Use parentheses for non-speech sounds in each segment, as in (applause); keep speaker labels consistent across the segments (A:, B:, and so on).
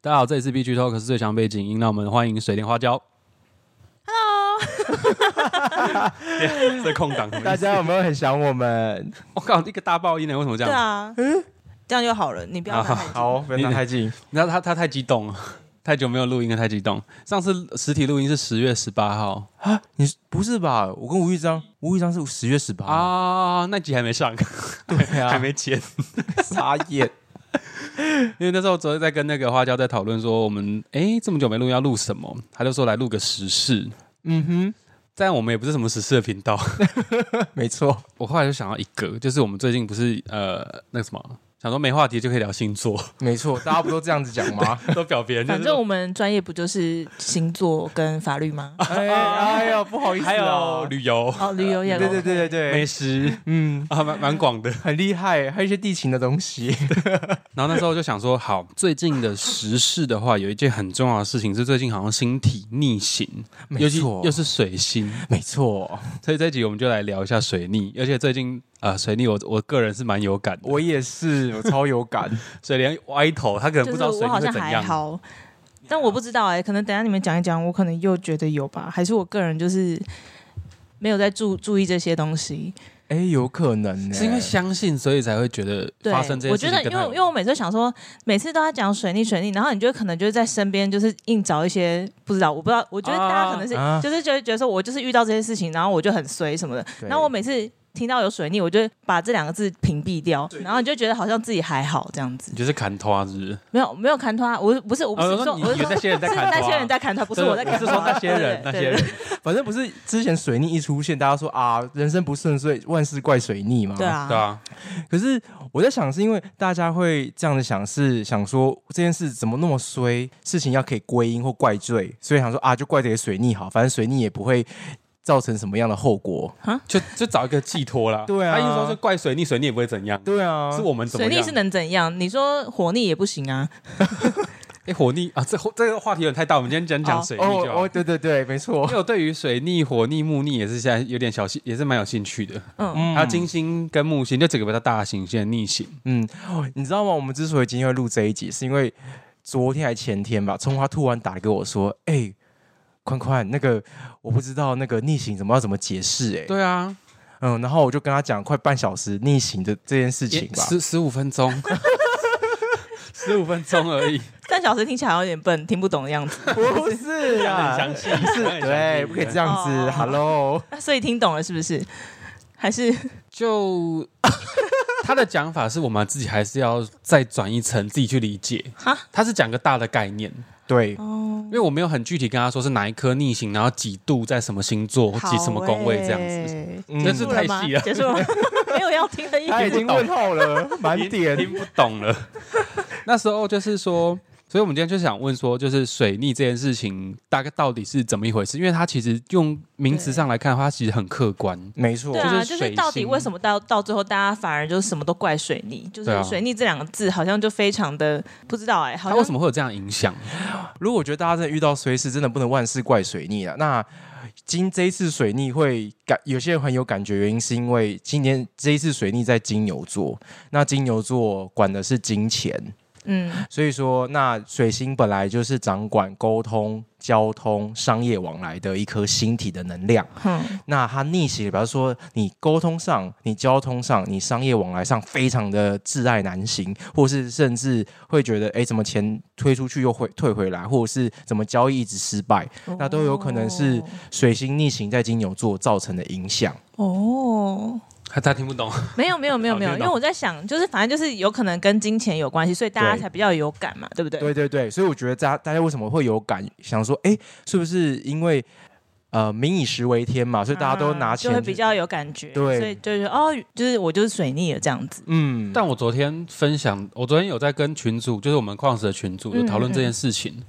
A: 大家好，这里是 B G Talk 是最强背景音，那我们欢迎水莲花椒。Hello，在空档，
B: (laughs) 大家有没有很想我们？
A: 我靠，一个大爆音呢，为欸什么这
C: 对
A: 样？啊
C: 啊，这样就好了，你不要拿太近
B: 好，不要拿太近。
A: 你知道他他太激动了，太久没有录音了，太激动。上次实体录音是十月十八号
B: 你不是吧？我跟吴玉章，吴玉章是十月十八，
A: 啊，那集还没上，
B: (laughs)
A: (laughs)
B: 对啊
A: 还，没剪，
B: (laughs) 傻眼。
A: 因为那时候昨天在跟那个花椒在讨论说，我们诶这么久没录音要录什么，他就说来录个时事，
B: 嗯
A: 但我们也不是什么时事的频道。
B: 哼，没错。
A: (laughs) 我后来就想到一个，就是我们最近不是呃那个什么，想说没话题就可以聊星座， (laughs)
B: 没错，大家不都这样子讲吗？
A: 都表别人，就
C: 反
A: 是
C: 正
A: 说
C: 我们专业不就是星座跟法律吗？
B: (laughs) 哎，哎呦，不好意思啊。
A: 还有旅游、
C: 哦，旅游也
B: 对对对对
A: 美 (laughs)
B: 对，
A: 食
B: (laughs) 嗯，
A: 啊，蛮蛮广的。
B: 很厉害，还有一些地勤的东 (laughs) 西。
A: (laughs) 然后那时候就想说，好，最近的时事的话，有一件很重要的事情是最近好像星体逆行，尤
B: 没
A: 其
B: 错
A: 又，是水星，
B: 没错，
A: 所以这一集我们就来聊一下水逆。而且最近呃，水逆我我个人是蛮有感的，
B: 我也是，我超有 (laughs) 感。
A: 水莲歪头，他可能
C: 就
A: 不知
C: 是
A: 道水
C: 我
A: 逆
C: 好
A: 会
C: 像
A: 怎
C: 还
A: 样。
C: 好，但我不知道哎、可能等一下你们讲一讲，我可能又觉得有吧，还是我个人就是没有在注注意这些东西。
B: 哎，有可能呢
A: 是因为相信，所以才会觉得
C: 对
A: 发生这，些
C: 我
A: 事
C: 觉
A: 情
C: 得
A: 跟
C: 因
A: 他
C: 为
A: 有
C: 因为我每次想说，每次都在讲水逆水逆，然后你就可能就是在身边就是硬找一些不知道，我不知道，我觉得大家可能是、
B: 啊
C: 就是觉得觉得说我就是遇到这些事情，然后我就很衰什么的，
B: 对
C: 然后我每次。听到有水逆，我就把这两个字屏蔽掉，然后你就觉得好像自己还好这样子
A: 你。就是砍拖是不是？
C: 没有没有砍他，我不是我不是
A: 哦
C: 说，
A: 你
C: 我是
A: 以为
C: 说
A: 那些人在
C: 是
A: 砍他
C: 那些人在砍他，不是
A: 对
C: 我在砍他，
A: 是说那些人，那
C: 对对对
A: 些人，
B: 反正不是之前水逆一出现，大家说啊，人生不顺遂，万事怪水逆嘛。
C: 对啊，
A: 对啊，
B: 可是我在想，是因为大家会这样的想，是想说这件事怎么那么衰，事情要可以归因或怪罪，所以想说啊，就怪这个水逆好，反正水逆也不会造成什么样的后果。
A: 就就找一个寄托啦。
B: 对
A: 他
B: 啊
A: 一直说是怪水逆，水逆也不会怎样，
B: (laughs) 对啊，
A: 是我们怎么
C: 水
A: 样？
C: 逆是能怎样？你说火逆也不行啊，
A: 哎，火逆啊，这这个话题有点太大，我们今天讲讲水逆就
B: 哦
A: 好
B: 哦，。对对对，没错
A: 因，为我对于水逆、火逆、木逆也是现在有点小兴，也是蛮有兴趣的。
C: 嗯，
B: 嗯
A: (laughs) 还有金星跟木星，就整个比较大的行星的逆行，
B: 嗯，你知道吗？我们之所以今天会录这一集，是因为昨天还前天吧，葱花突然打给我说，哎、宽宽，那个我不知道那个逆行怎么要怎么解释哎、
A: 对啊，
B: 嗯，然后我就跟他讲快半小时逆行的这件事情吧，
A: 十十五分钟， (laughs) 十五分钟而已，
C: 三小时听起来好像有点笨，听不懂的样子，
B: 不是啊，
A: 讲得很详细
B: 是
A: 讲得很详细
B: 对，不可以这样子
C: 哦
B: ，Hello，
C: 那 (laughs) 所以听懂了是不是？还是
A: (laughs) 就他的讲法是我们自己还是要再转一层，自己去理解
C: 哈。
A: 他是讲个大的概念，
B: 对，
C: 哦
A: 因，为我没有很具体跟他说是哪一颗逆行，然后几度在什么星座或几什么宫位这样子，
C: 子，
B: 嗯
A: 那是太细了
C: 欸结束
A: (laughs)
C: 了吗，没有要听的意
B: 他已
C: 思。
B: 经问候了，满点，
A: 听不懂了。 (laughs) 那时候就是说，所以我们今天就想问说，就是水逆这件事情大概到底是怎么一回事？因为它其实用名词上来看的话，它其实很客观。
B: 没错
C: 对，啊，
A: 就是
C: 就
A: 水
C: 是
A: 星
C: 到底为什么到到最后大家反而就是什么都怪水逆？就
A: 对啊
C: 是水逆这两个字好像就非常的不知道哎、
A: 它
C: 好像
A: 为什么会有这样的影响？
B: 如果我觉得大家真的遇到衰事，真的不能万事怪水逆啊，那。今这一次水逆会感，有些人很有感觉，原因是因为今年这一次水逆在金牛座，那金牛座管的是金钱，
C: 嗯
B: 所以说，那水星本来就是掌管沟通、交通、商业往来的一颗星体的能量。
C: 哼
B: 那它逆袭，比方说你沟通上、你交通上、你商业往来上非常的挚爱难行，或是甚至会觉得，哎，怎么钱推出去又回退回来，或者是怎么交易一直失败，那都有可能是水星逆行在金牛座造成的影响。
C: 哦，
A: (laughs) 他他听不懂，
C: 没有没有没有
A: 好
C: 没有，
A: 听
C: 因
A: 得
C: 为我在想，就是反正就是有可能跟金钱有关系，所以大家
B: 对
C: 才比较有感嘛，对不对？
B: 对对对，所以我觉得大家大家为什么会有感想说，哎，是不是因为呃民以食为天嘛，所以大家都拿
C: 啊就
B: 钱去、
C: 会比较有感觉，
B: 对
C: 所以就是哦，就是我就是水逆了这样子，
B: 嗯，
A: (laughs) 但我昨天分享，我昨天有在跟群主，就是我们矿石的群主，有讨论这件事情。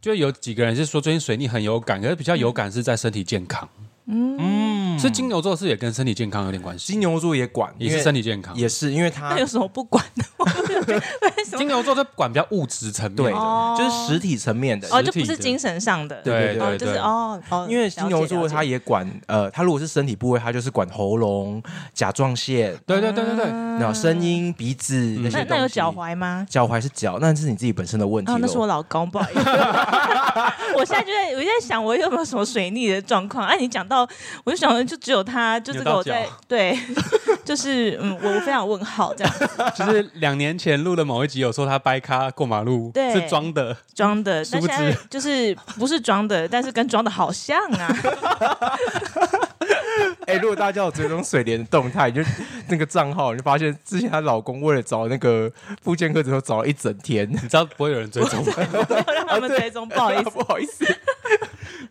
A: 就有几个人是说最近水逆很有感，可是比较有感是在身体健康，
B: 嗯，
A: 所以金牛座是也跟身体健康有点关系，
B: 金牛座也管，
A: 也
B: 因
A: 是啊
B: 为
A: 身体健康。
B: (laughs)
C: (laughs)
B: 也是因为他
C: 那有什么不管的？为什
A: (laughs) 金
C: 么？
A: 牛座就管比较物质层面
B: 对
A: 的，
C: 哦
B: 就是实体层面的。
C: 哦，
A: 实
C: 就不
A: 体
C: 是
A: 的
C: 精神上的，
A: 对
B: 对
C: 哦
A: 对
C: 就是
A: 对。
C: 哦哦，
B: 因为金牛座他
C: 也
B: 也管，呃，他如果是身体部位，他就是管喉咙、甲状腺、
A: 对对对对对，
B: 然后声音、鼻子那些
C: 嗯那
B: 东西。
C: 那有脚，踝吗？
B: 脚踝是脚，那是你自己本身的问题
C: 啊，
B: 咯。
C: 那是我老公，不好意思。我现在就在我就在想，我有没有什么水逆的状况？啊，你讲到，我就想，就只有他，就这
A: 扭
C: 个
A: 到
C: 我在
A: 脚
C: 对， (laughs) 就是嗯，我我非常问号这样
A: 就是两年前录的某一集有说他掰咖过马路，
C: 对
A: 是装 (laughs) 的，
C: 装的，
A: 殊
C: 但
A: 不
C: 现
A: 知
C: 在就是不是装的，但是跟装的好像啊。
B: 哎、如果大家有追踪水莲的动态，你就 (laughs) 那个账号，你就发现之前她老公为了找那个妇健科之后找了一整天。
A: 你知道不会有人追踪吗？
C: 没有让他们追踪，不好
B: (laughs)
C: 意思。
B: 不好意思，啊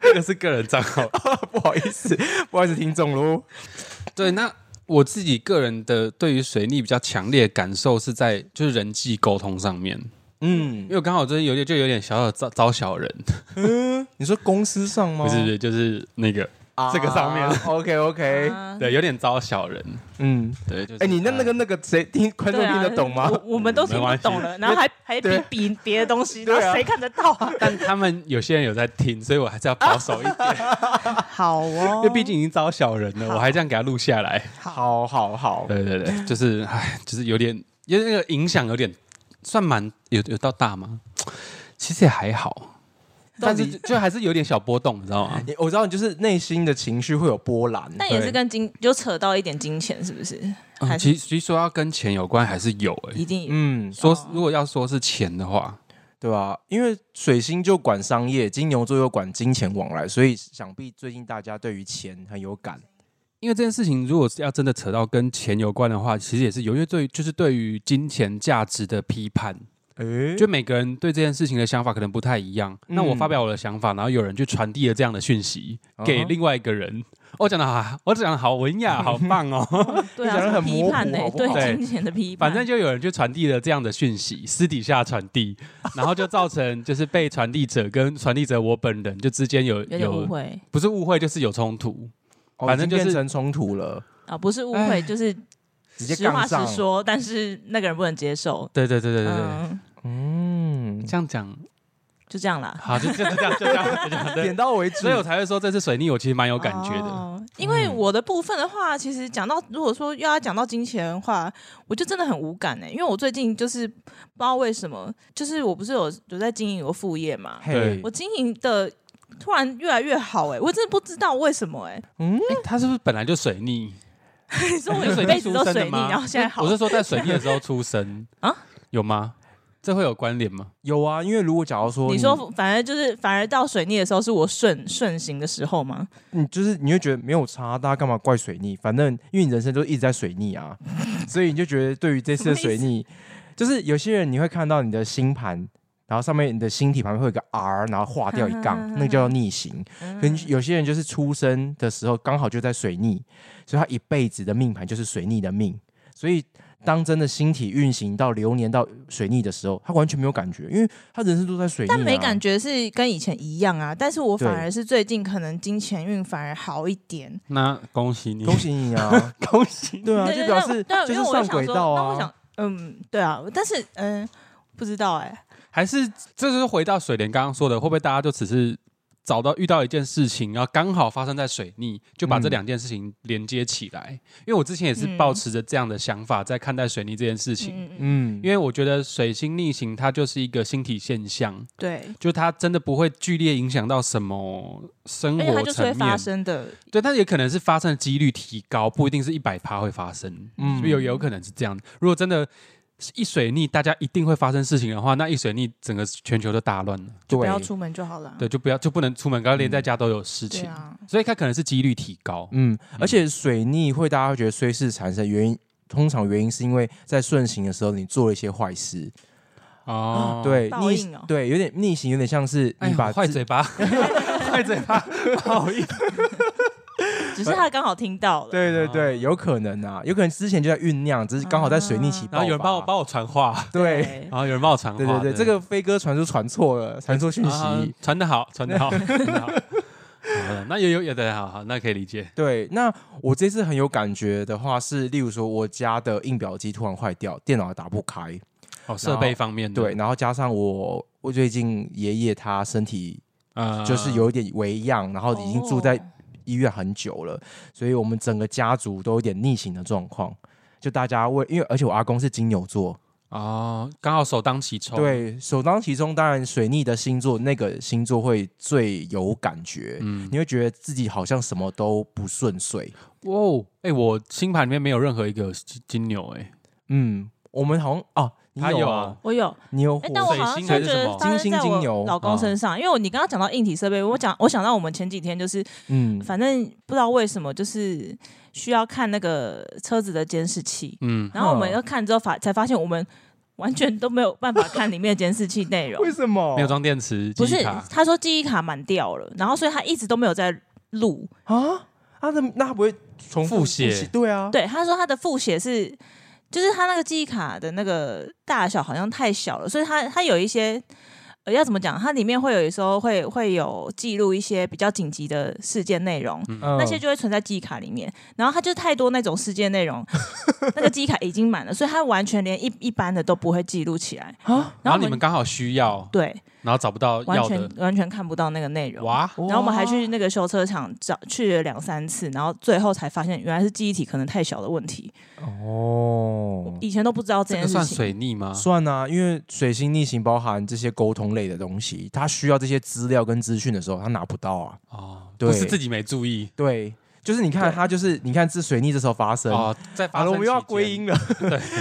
A: 这个是个人账号。
B: 不好意思，不好意思，听众喽。
A: (laughs) 对，那我自己个人的对于水逆比较强烈的感受是在就是人际沟通上面，
B: 嗯
A: 因，为我刚好就是有点就有点小小招招小人，
B: 你说公司上吗？
A: 不是不是就是那个
B: 啊
A: 这个上面
B: OK OK，
C: 啊
A: 对，有点招小人，
B: 嗯，
A: 对，就是啊
B: 哎、你那那个那个谁听观众
C: 对啊
B: 听得懂吗？
C: 我我们都听不懂了，然后还还比
B: 对
C: 比别的东西，
B: 对啊
C: 然后谁看得到啊？
A: 但他们有些人有在听，所以我还是要保守一 (laughs) 点，
C: 好哦
A: 因为毕竟已经招小人了，
C: 好
A: 我还这样给他录下来。
B: 好好好，
A: 对对对，就是唉，就是有点，因为那个影响有点算蛮有有到大吗？其实也还好，但是就就还是有点小波动，你知道吗？
B: 你我知道，你就是内心的情绪会有波澜。
C: 但也是
A: 对
C: 跟金有扯到一点金钱，是不是？还
A: 嗯、
C: 是
A: 其其实说要跟钱有关，还是有哎、
C: 一定
B: 嗯，
A: 说
C: 哦
A: 如果要说是钱的话，
B: 对啊，因为水星就管商业，金牛座又管金钱往来，所以想必最近大家对于钱很有感。
A: 因为这件事情如果是要真的扯到跟钱有关的话，其实也是有，因为对于就是对于金钱价值的批判，
B: 诶
A: 就每个人对这件事情的想法可能不太一样。那我
B: 嗯
A: 发表我的想法，然后有人去传递了这样的讯息
B: 啊哈
A: 给另外一个人。我讲的好，我讲的好文雅，好棒哦。
C: 对
B: 你
C: 啊，
B: 讲得
C: 什么
B: 很模糊
C: 批判呢
B: 好？不好
C: 对金钱的批判，
A: 反正就有人去传递了这样的讯息，私底下传递，然后就造成就是被传递者跟传递者我本人就之间有
C: 有点误会
A: 不是误会就是有冲突。
B: 哦
A: 反正就是
B: 已经变成冲突了，
C: 啊，不是误会，就是
B: 嗯直接
C: 实话
B: 杠上。
C: 实说，但是那个人不能接受。
A: 对对对对对对，
C: 嗯，
B: 嗯，
A: 这样讲
C: 就这样啦。
A: 好，就就就这样就这样就这样。
B: (laughs)
A: 对
B: 点到为止。
A: 所以我才会说这次水逆我其实蛮有感觉的。嗯
C: 哦因为我的部分的话，其实讲到如果说又要讲到金钱的话，我就真的很无感欸呢、因为我最近就是不知道为什么，就是我不是有有在经营我副业嘛，
B: 嘿
A: 嗯
C: 我，经营的突然越来越好哎、我真的不知道为什
A: (laughs)
C: 么哎、
A: 哎，他是不是本来就水逆？
C: 你说我
A: 你是
C: 一
A: 水
C: 辈
A: 逆
C: 子
A: 出
C: 都
A: 生
C: 水
A: 的
C: 逆，
A: 吗？
C: 然后现在好
A: 我是说在水逆的时候出生
C: 啊
A: 啊，有吗？这会有关联吗？
B: 有啊，因为如果假如说
C: 你说，反而就是反而到水逆的时候，是我顺顺行的时候
A: 啊
C: 吗？
B: 你就是你会觉得没有差，大家干嘛怪水逆？反正因为你人生就一直在水逆啊， (laughs) 所以你就觉得对于这次的水
C: 什
B: 逆，就是有些人你会看到你的星盘，然后上面你的星体旁边会有个 R，然后划
C: (laughs)
B: 掉一杠，那叫逆行。
C: 嗯
B: 可能有些人就是出生的时候刚好就在水逆，所以他一辈子的命盘就是水逆的命，所以。当真的星体运行到流年到水逆的时候，他完全没有感觉，因为他人生都在水逆、啊，
C: 但没感觉是跟以前一样啊，但是我反
B: 对
C: 而是最近可能金钱运反而好一点。
A: 那恭喜你，
B: 恭喜你啊！
A: (laughs) 恭喜你！
B: (laughs) 对啊，
C: 对
B: 就
C: 对
B: 表
C: 对，
B: 示
C: 对啊，因
B: 就
C: 为
B: 是
C: 我
B: 上
C: 想
B: 轨
C: 说
B: 道
C: 那我
B: 啊
C: 想。，嗯，对啊，但是嗯，不知道哎、
A: 还是这就是回到水莲刚刚说的，会不会大家就只是找到遇到一件事情，然后刚好发生在水逆，就把
B: 嗯
A: 这两件事情连接起来？因为我之前也是抱持着这样的想法在看待水逆这件事情，
C: 嗯嗯，嗯
B: 嗯，因
A: 因为我觉得水星逆行它就是一个星体现象，
C: 对，
A: 就它真的不会剧烈影响到什么生
C: 而且它
A: 活
C: 就是
A: 层
C: 会发
A: 面。
C: 生的，
A: 对，但也可能是发生的几率提高，不一定是一百趴会发生，
B: 嗯
A: 嗯，有有可能是这样。如果真的一水逆，大家一定会发生事情的话，那一水逆整个全球都大乱了。
B: 对
C: 不要出门就好了。
A: 对，就不要就不能出门，刚刚连在家都有事
C: 对
A: 情，
C: 啊，
A: 所以它可能是几率提高。
B: 嗯，而且水逆会大家会觉得衰事缠身，原因通常原因是因为在顺行的时候你做了一些坏事，
A: 哦，
B: 对
C: 报应
B: 逆
C: 哦
B: 对有点逆行，有点像是
A: 哎
B: 你
A: 呀
B: 把
A: 坏
B: 自
A: 嘴
B: (laughs)
A: 巴，坏嘴巴，不好意思。
C: 只是他刚好听到了。
B: 呃对对
A: 哦
B: 对，有可能啊，有可能之前就在酝酿，只是刚好在水逆期
A: 然后
B: 爆发，
A: 啊有人帮我帮我传话，
B: (laughs) 对。
C: 对
A: 然后有人帮我传话，
B: 对对对，这个飞哥传输传错了，传错讯
A: 啊
B: 息， (laughs)
A: 传的好，传的好，传的好。好的那也有有的，好好，那可以理解。
B: 对，那我这次很有感觉的话是，例如说我家的印表机突然坏掉，电脑也打不开，
A: 哦，设备方面的
B: 对，，然后加上我我最近爷爷他身体
A: 呃
B: 就是有一点微恙，然后已经住在
C: 哦
B: 医院很久了，所以我们整个家族都有点逆行的状况。就大家为，因为而且我阿公是金牛座，
A: 哦，刚好首当其冲。，
B: 对，首当其冲，当然水逆的星座那个星座会最有感觉，你会觉得自己好像什么都不顺遂。
A: 哇哦，哎，我星盘里面没有任何一个金金牛，哎，
B: 嗯，我们好像哦，你
A: 他
B: 有
A: 有
B: 啊，
C: 我有。
B: 你有火
C: 哎、但我
A: 水
C: 好像
A: 星
C: 就
A: 还是
C: 觉
A: 什
C: 得
A: 么
C: 发生
B: 金星啊
C: 在
B: 金
C: 我
B: 牛
C: 老公身上，因为我你刚刚讲到硬体设备，我讲我想到我们前几天就是，
B: 嗯，
C: 反正不知道为什么就是需要看那个车子的监视器，
A: 嗯，
C: 然后我们
B: 嗯
C: 要看之后发才发现我们完全都没有办法看里面的监视器内容
B: 为，什么
A: 没有装电池，
C: 不
A: 记忆
C: 是
A: 卡
C: 他说记忆卡满掉了，然后所以他一直都没有在录，
B: 啊？他的那他不会重复
A: 复写
B: 写？对啊，
C: 对他说他的复写是。就是他那个记忆卡的那个大小好像太小了，所以他他有一些呃要怎么讲，它里面会有时候会会有记录一些比较紧急的事件内容，
B: 嗯
C: 那些就会存在记忆卡里面。然后它就是太多那种事件内容，那个记忆卡已经满了，所以它完全连一一般的都不会记录起来。
B: 啊，
A: 然
C: 然
A: 后
C: 后
A: 你们刚好需要，
C: 对
A: 然后找不到
C: 完
A: 要
C: 全
A: 的，
C: 完全看不到那个内容。
A: 哇，
C: 然后我们还去那个修车厂找去了两三次，然后最后才发现原来是记忆体可能太小的问题，
B: 哦。
C: 以前都不知道
A: 这
C: 这件
A: 个
C: 事
A: 算
C: 情。
A: 水逆吗？
B: 算啊，因为水星逆行包含这些沟通类的东西，他需要这些资料跟资讯的时候，他拿不到啊。
A: 哦，
B: 对
A: 不是自己没注意
B: 对，就是你看
C: 对
B: 他就是你看是水逆这时候发生，
A: 哦，在
B: 好
A: 发
B: 了，
A: 生
B: 我们又要
A: 期间
B: 归，因 (laughs) 了。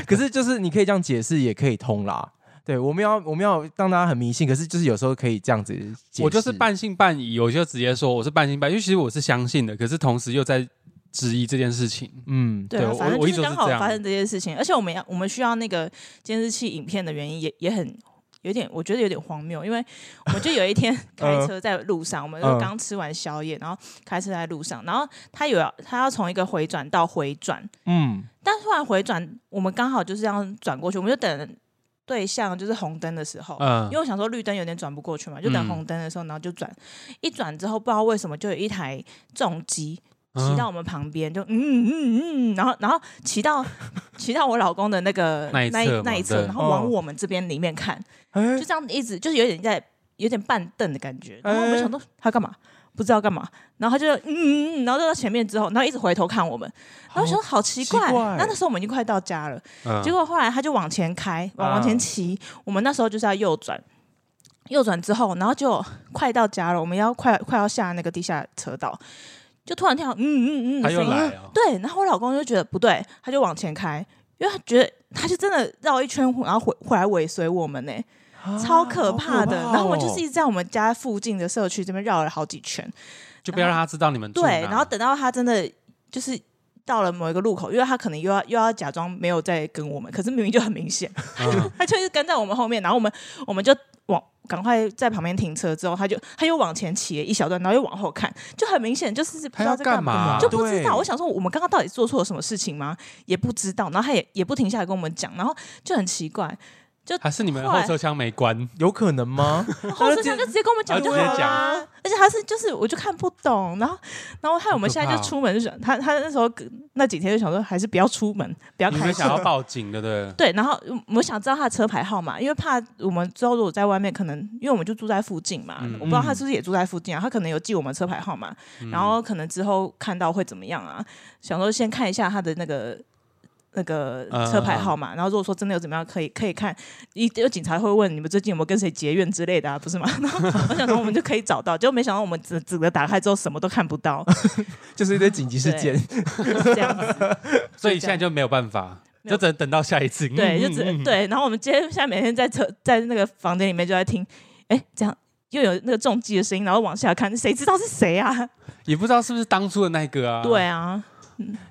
B: 可是就是你可以这样解释，也可以通啦。对，我们要我们要让大家很迷信，可是就是有时候可以这样子解释。
A: 我就是半信半疑，我就直接说我是半信半疑，因为其实我是相信的，可是同时又在质疑这件事情。
B: 嗯，
C: 对
A: 对
C: 啊，
A: 我
C: 反正
A: 我
C: 就
A: 一
C: 是
A: 直都
C: 刚
A: 是
C: 好
A: 这样
C: 发生这件事情，而且我们要我们需要那个监视器影片的原因也也很有点，我觉得有点荒谬，因为我们就有一
A: (laughs)
C: 天
A: 嗯
C: 开车在路上，我们就
B: 嗯
C: 刚吃完宵夜，然后开车在路上，然后他有要他要从一个回转到回转，
B: 嗯
C: 但突然回转，我们刚好就是这样转过去，我们就等对象就是红灯的时候，
A: 嗯
C: 因为我想说绿灯有点转不过去嘛，就等
A: 嗯
C: 红灯的时候，然后就转，一转之后不知道为什么就有一台重机骑
A: 嗯
C: 到我们旁边，就嗯嗯嗯，然后然后骑到 (laughs) 骑到我老公的那个
A: 那一
C: 那
A: 侧
C: 一
A: 嘛
C: 那一侧，
A: 对
C: 然后往
B: 哦
C: 我们这边里面看，
B: 哎
C: 就这样一直就是有点在有点半瞪的感觉，然后我
B: 哎
C: 们想说他干嘛。不知道干嘛，然后他就嗯嗯，嗯，然后就到前面之后，然后一直回头看我们，然后我想说好奇怪
B: 奇，怪
C: 那那时候我们已经快到家了，
A: 嗯
C: 结果后来他就往前开，往
B: 啊
C: 往前骑，我们那时候就是要右转，右转之后，然后就快到家了，我们要快快要下那个地下车道，就突然听到嗯嗯嗯
A: 他
C: 的
A: 又
C: 声音，
A: 来哦，
C: 对，然后我老公就觉得不对，他就往前开，因为他觉得他就真的绕一圈，然后回回来尾随我们呢、
A: 啊
C: 超可怕的。
A: 哦
C: 然后我们就是一直在我们家附近的社区这边绕了好几圈，
A: 就不要让他知道你们住
C: 对，
A: 哪
C: 然后等到他真的就是到了某一个路口，因为他可能又要又要假装没有在跟我们，可是明明就很明显，
A: 嗯
C: 他就是跟在我们后面，然后我们我们就往赶快在旁边停车之后，他就他又往前骑了一小段，然后又往后看，就很明显就是 (laughs) 不知道在干
A: 他要干嘛
C: 就不知道。
B: 对
C: 我想说，我们刚刚到底做错了什么事情吗？也不知道，然后他也也不停下来跟我们讲，然后就很奇
A: (laughs)
C: 怪，
A: 还是你们后车厢没关，
B: 有可能 (laughs) 吗？
C: 后车上就直接跟我们讲就好
A: 啊直接
C: 了
A: 讲
C: 啊。而且他是就是我就看不懂，然后然后害我们现在
A: 哦
C: 就出门就想他他那时候那几天就想说还是不要出门，不要
A: 你
C: 开
A: 们
C: 车
A: 想。要报警对不对？
C: 对，然后嗯我想知道他的车牌号码，因为怕我们之后如果在外面，可能因为我们就住在附近嘛，
A: 嗯
C: 我不知道他是不是也住在附近啊，他可能有记我们车牌号码，然后可能之后看到会怎么样啊？想说先看一下他的那个。那个
A: 嗯
C: 车牌号码，然后如果说真的有怎么样，可以可以看，一有警察会问你们最近有没有跟谁结怨之类的啊，不是吗？ (laughs) 然后我想说我们就可以找到，结果没想到我们只只个打开之后什么都看不到， (laughs)
B: 就是一堆紧急事件，
C: 就是这样子。
A: 所以现在就没有办法，
C: 没
A: 就
C: 有
A: 只能等到下一次。
C: 对，
A: 嗯
C: 就只
A: 嗯嗯
C: 对。然后我们今天现在每天在车在那个房间里面就在听，哎，这样又有那个重击的声音，然后往下看，谁知道是谁啊？
A: (laughs) 也不知道是不是当初的那个啊。
C: 对，啊，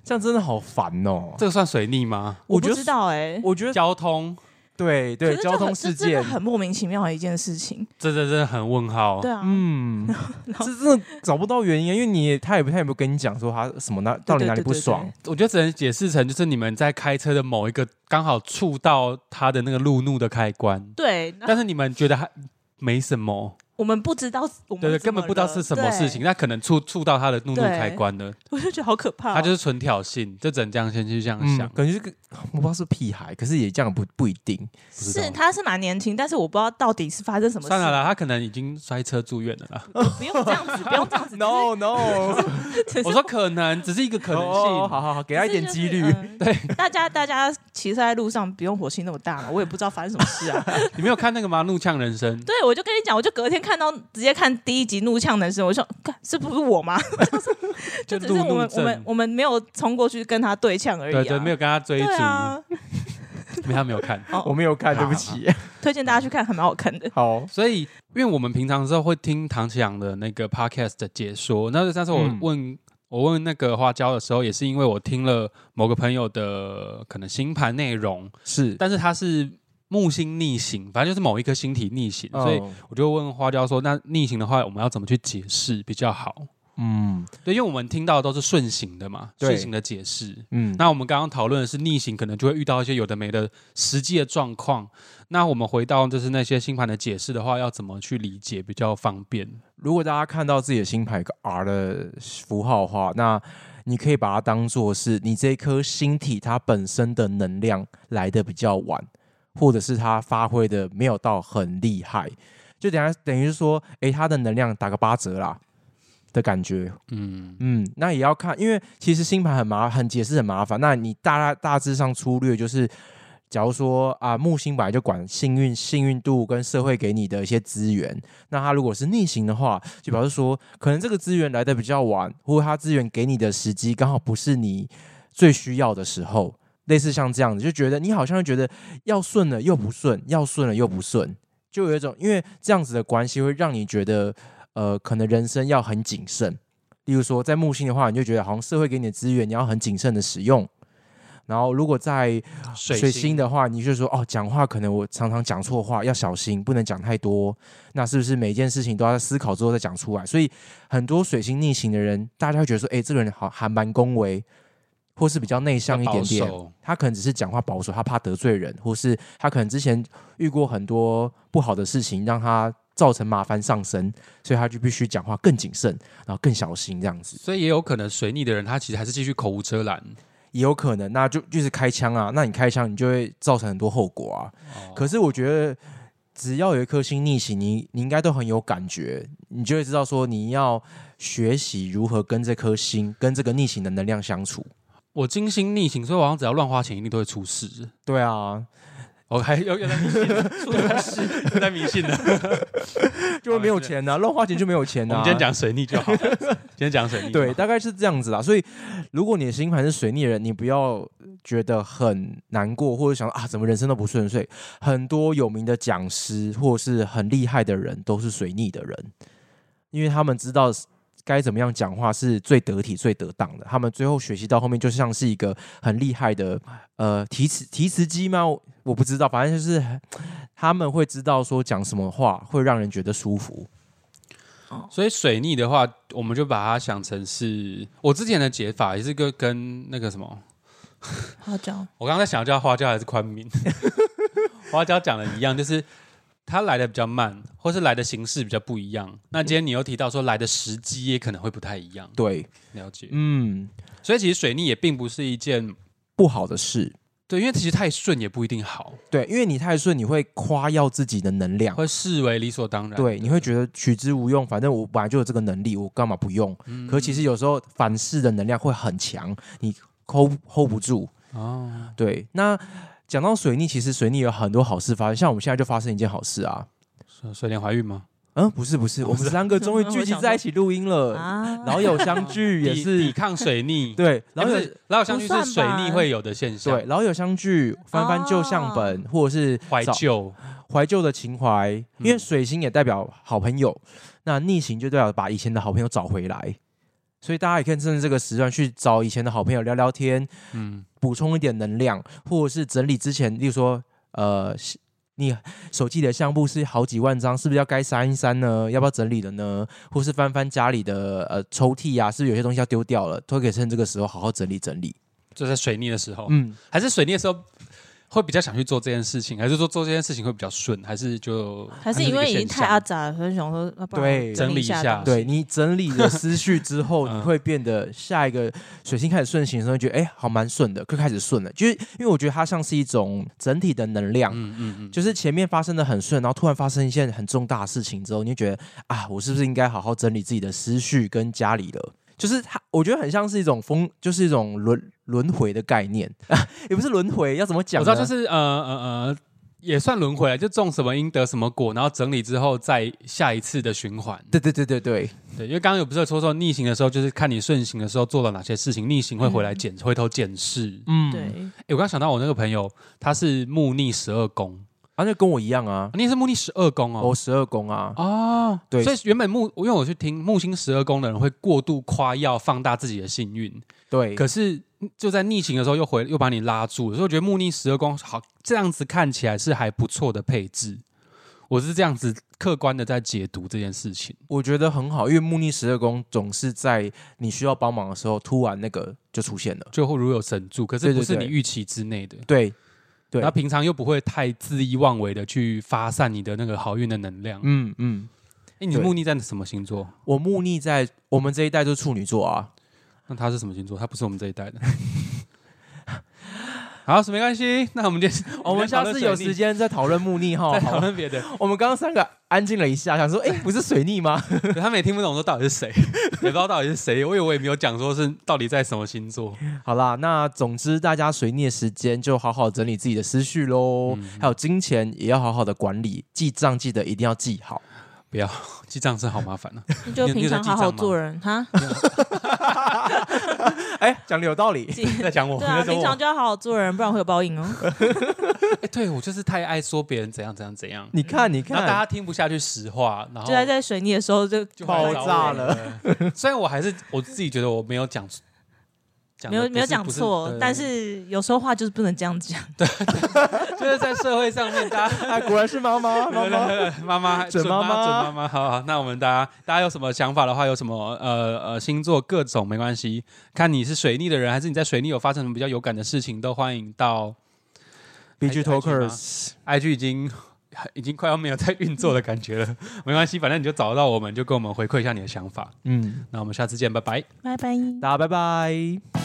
B: 这样真的好烦哦。
A: 这个算水逆吗？
C: 我
B: 觉
C: 不
B: 得
C: 知，道哎、
B: 我觉得
A: 交通，
B: 对对，
C: 可是就
B: 交通
C: 很
B: 事
C: 这真的
B: 件，
C: 很莫名其妙的一件事情。
A: 这这这很问号。
C: 对啊，
A: (laughs)
B: 嗯，
C: 后
B: 这真的找不到原因，因为你也他也不他也没有跟你讲说他什么那到底哪里不爽，
A: 我觉得只能解释成就是你们在开车的某一个刚好触到他的那个路怒的开关，
C: 对，然后
A: 但是你们觉得还没什么，
C: 我们不知道，我们
A: 对对，
C: 怎
A: 根
C: 么
A: 本不知道
C: 了
A: 是什么事情，
C: 对
A: 那可能触触到他的怒怒
C: 对
A: 开关了，
C: 我就觉得好可怕哦、
A: 他就是纯挑衅，就只能这样先去这样想
B: 嗯，。感觉是个我不知道是屁孩，可是也这样不不一定。
A: 知道
C: 是他是蛮年轻，但是我不知道到底是发生什么事。
A: 算了啦，他可能已经摔车住院了啦。
C: 不用这样子，不用这
A: (laughs)
C: 样子。
B: (laughs) no，
C: 只是
A: 我说可能，只是一个可能
B: 哦
A: 性。
B: 好好好，给他一点几率。
A: 嗯
C: 对，嗯 (laughs) 大家大家骑车在路上不用火气那么大嘛，我也不知道发生什么事啊。
A: 你没有看那个吗？《怒呛人生》
C: 对，我就跟你讲，我就隔天看到直接看第一集《怒呛男生》，我就想，干这不是我吗？就 (laughs) 只是
A: 怒
C: 我
A: 怒
C: 们我们
A: 症，
C: 我们没有冲过去跟他对呛而已、啊。
A: 对对，没有跟他追
C: 对
A: 逐，
C: 啊，
A: 没他没有看。
B: 我没有看，对不起。
C: 推荐大家去看，还蛮好看的。
B: 好，
A: 所以，因为我们平常的时候会听唐启阳的那个 podcast 的解说，那上次我
B: 嗯
A: 问、我问那个花椒的时候，也是因为我听了某个朋友的可能星盘内容，
B: 是，
A: 但是他是木星逆行，反正就是某一颗星体逆行，所以
B: 嗯
A: 我就问花椒说，那逆行的话，我们要怎么去解释比较好？
B: 嗯
A: 对，因为我们听到的都是顺行的嘛，
B: 对
A: 顺行的解释。
B: 嗯，
A: 那我们刚刚讨论的是逆行，可能就会遇到一些有的没的实际的状况。那我们回到就是那些星盘的解释的话，要怎么去理解比较方便？
B: 如果大家看到自己的星牌有个 R 的符号的话，那你可以把它当做是你这一颗星体它本身的能量来的比较晚，或者是它发挥的没有到很厉害，就等下等于是说，诶，它的能量打个八折啦的感觉。
A: 嗯，
B: 嗯，那也要看，因为其实星盘很麻，很解释很麻烦。那你大大致上粗略就是，假如说啊，木星本来就管幸运、幸运度跟社会给你的一些资源，那它如果是逆行的话，就表示说可能这个资源来的比较晚，或者它资源给你的时机刚好不是你最需要的时候。类似像这样子，就觉得你好像觉得要顺了又不顺，要顺了又不顺，就有一种因为这样子的关系会让你觉得，呃，可能人生要很谨慎。例如说，在木星的话，你就觉得好像社会给你的资源，你要很谨慎的使用。然后，如果在
A: 啊水
B: 水星的话，你就说哦，讲话可能我常常讲错话，要小心，不能讲太多。那是不是每一件事情都要思考之后再讲出来？所以，很多水星逆行的人，大家会觉得说，哎，这个人好还蛮恭维，或是比较内向一点点
A: 要保。守
B: 他可能只是讲话保守，他怕得罪人，或是他可能之前遇过很多不好的事情，让他造成麻烦上身，所以他就必须讲话更谨慎，然后更小心这样子，
A: 所以也有可能水逆的人，他其实还是继续口无遮拦。
B: 也有可能，那就就是开枪啊，那你开枪你就会造成很多后果啊。
A: 哦
B: 可是我觉得，只要有一颗心逆行，你你应该都很有感觉，你就会知道说你要学习如何跟这颗心、跟这个逆行的能量相处。
A: 我金星逆行，所以我好像只要乱花钱，一定都会出事。
B: 对啊，
A: 我还又又在迷信了，出事又在迷信
B: (laughs)
A: 了。
B: (laughs) 就会没有 (laughs) 钱呐、啊乱花钱就没有钱
A: 我
B: 啊呐、
A: 们今天讲水逆就好，
B: (laughs)
A: 今天讲水逆就好。 (laughs)
B: 对，大概是这样子啦。所以，如果你的星盘是水逆的人，你不要觉得很难过，或者想啊，怎么人生都不顺遂。很多有名的讲师或者是很厉害的人都是水逆的人，因为他们知道该怎么样讲话是最得体、最得当的。他们最后学习到后面，就像是一个很厉害的呃提词提词机吗？我我不知道，反正就是他们会知道说讲什么话会让人觉得舒服。
A: 所以水逆的话，我们就把它想成是我之前的解法，也是跟跟那个什么，
C: 好讲，
A: 我刚刚在想叫花椒还是宽敏， (laughs) 花椒讲的一样，就是它来的比较慢，或是来的形式比较不一样。那今天你又提到说来的时机也可能会不太一样，
B: 对，
A: 了解。
B: 嗯，
A: 所以其实水逆也并不是一件
B: 不好的事。
A: 对，因为其实太顺也不一定好，
B: 对，因为你太顺，你会夸耀自己的能量，
A: 会视为理所当然。
B: 对，你会觉得取之无用，反正我本来就有这个能力，我干嘛不用？可
A: 嗯
B: 其实有时候反噬的能量会很强，你 hold hold 不住。
A: 哦，
B: 对，那讲到水逆，其实水逆有很多好事发生，像我们现在就发生一件好事啊。
A: 水水莲怀孕吗？
B: 嗯，不是不
A: 哦
B: 是，我
A: 啊
B: 们三个终于聚集在一起录音了，
C: 啊，
B: 老友相
A: (laughs)
B: 聚也
A: 抵抵
B: 是
A: 抗水逆，
B: (laughs) 对，
A: 哎，
B: 老
A: 不
B: 友
A: 是老友相聚
C: 不
A: 是
C: 算
A: 水逆
C: 吧
A: 会有的现象，
B: 对，老友相聚，翻翻旧相本，或者是
A: 哦怀
B: 找
A: 旧。
B: 怀旧的情怀，因为
A: 嗯
B: 水星也代表好朋友，那逆行就代表把以前的好朋友找回来，所以大家也可以趁这个时段去找以前的好朋友聊聊天，
A: 嗯，
B: 补充一点能量，或者是整理之前，例如说，呃，是你手机里的相簿是好几万张，是不是要该删一删呢？要不要整理了呢？或是翻翻家里的呃抽屉啊，是不是有些东西要丢掉了？都可以趁这个时候好好整理整理。
A: 就在水逆的时候，
B: 嗯，
A: 还是水逆的时候，会比较想去做这件事情，还是说做这件事情会比较顺，还是就
C: 还是
A: 一
C: 因
A: 个
C: 为已经
A: 现
C: 太
A: 象
C: 阿杂了，所以想说，啊不然
B: 对
C: 我
A: 整理
C: 理
A: 一下
C: 下，
B: 对你整理了思绪之
A: (laughs)
B: 后，
A: 嗯
B: 你会变得下一个水星开始顺行的时候，觉得哎、好蛮顺的，就开始顺了。就是因为我觉得它像是一种整体的能量，
A: 嗯嗯嗯，
B: 就是前面发生的很顺，然后突然发生一件很重大的事情之后，你就觉得啊，我是不是应该好好整理自己的思绪跟家里了？就是它，我觉得很像是一种风，就是一种轮轮回的概念， (laughs) 也不是轮回，要怎么讲
A: 我
B: 呢？
A: 知道，就是呃呃呃，也算轮回了，就种什么因得什么果，然后整理之后再下一次的循环。
B: 对对对对对，
A: 对，因为刚刚有不是有说说逆行的时候，就是看你顺行的时候做了哪些事情，逆行会回来
C: 嗯
A: 检、回头检视。
B: 嗯，
C: 对，
A: 哎、我刚想到我那个朋友，他是木逆十二宫，哦
B: 反正跟我一样啊，
A: 你也是木逆十二宫哦。
B: 我十二宫啊，
A: 哦，
B: 对
A: 所以原本木，因为我去听木星十二宫的人会过度夸耀、放大自己的幸运，
B: 对，
A: 可是就在逆行的时候又回又把你拉住了，所以我觉得木逆十二宫好这样子看起来是还不错的配置，我是这样子客观的在解读这件事情。
B: 我觉得很好，因为木逆十二宫总是在你需要帮忙的时候，突然那个就出现了。
A: 最后如有神助，可是
B: 对
A: 不
B: 对
A: 是你
B: 对
A: 预期之内的。
B: 对，对
A: 那平常又不会太恣意妄为的去发散你的那个好运的能量。哎、
B: 嗯嗯，
A: 你
B: 对
A: 木逆在什么星座？
B: 我木逆在我们这一代就是处女座啊，
A: 那他是什么星座？他不是我们这一代的。 (laughs) 好，是没关系。那我们就
B: 我们下次有时间再讨论木逆
A: (laughs)
B: 哈。
A: 再讨论别的。
B: 哦好我们刚刚三个安静了一下，想说，哎，不是水逆吗？
A: 可 (laughs) 他们也听不懂说到底是 (laughs) 谁，也不知道到底是谁。我以为我也没有讲说是到底在什么星座。
B: 好啦，那总之大家随念时间就好好整理自己的思绪喽，还有金钱也要好好的管理，记账记得一定要记好。
A: 不要记账是好麻烦啊。
C: 你就
A: 你你
C: 平
A: 有在
C: 常
A: 记
C: 好好
A: 账吗
C: 做人哈。
B: 哎，讲的有道理，
C: 记
A: 在讲我，
C: (laughs) 对
A: 在
C: 啊，
A: 讲
C: 平
A: 我。
C: 常就要好好做人，不然会有报
A: (laughs)
C: 应哦。
A: (laughs) 哎对我就是太爱说别人怎样怎样怎样，
B: 你看你
A: 然后大
B: 看，
A: 家听不下去实话，然后
C: 就在在水逆的时候就
A: 就
B: 爆炸
A: 哦了。虽然我还是我自己觉得我没有讲，讲
C: 没
A: 得
C: 有
A: 不
C: 没有
A: 是
C: 讲
A: 不是
C: 错，
A: 对
C: 但是有时候话就是不能这样讲。
A: (laughs) 就是在社会上面，
C: (laughs)
A: 大家
B: 哎，果然是妈 (laughs) 妈，妈妈。
A: (laughs) 妈妈
B: 准
A: 妈
B: 妈妈
A: 准妈妈，好好，那我们大家大家有什么想法的话，有什么呃呃星座各种没关系，看你是水逆的人，还是你在水逆有发生什么比较有感的事情，都欢迎到
B: BG Talkers。
A: IG 已经。 (laughs) 已经快要没有在运作的感觉了，没关系，反正你就找到我们，就跟我们回馈一下你的想法。
B: 嗯，
A: 那我们下次见，拜拜。
C: 拜拜。
B: 大家拜拜。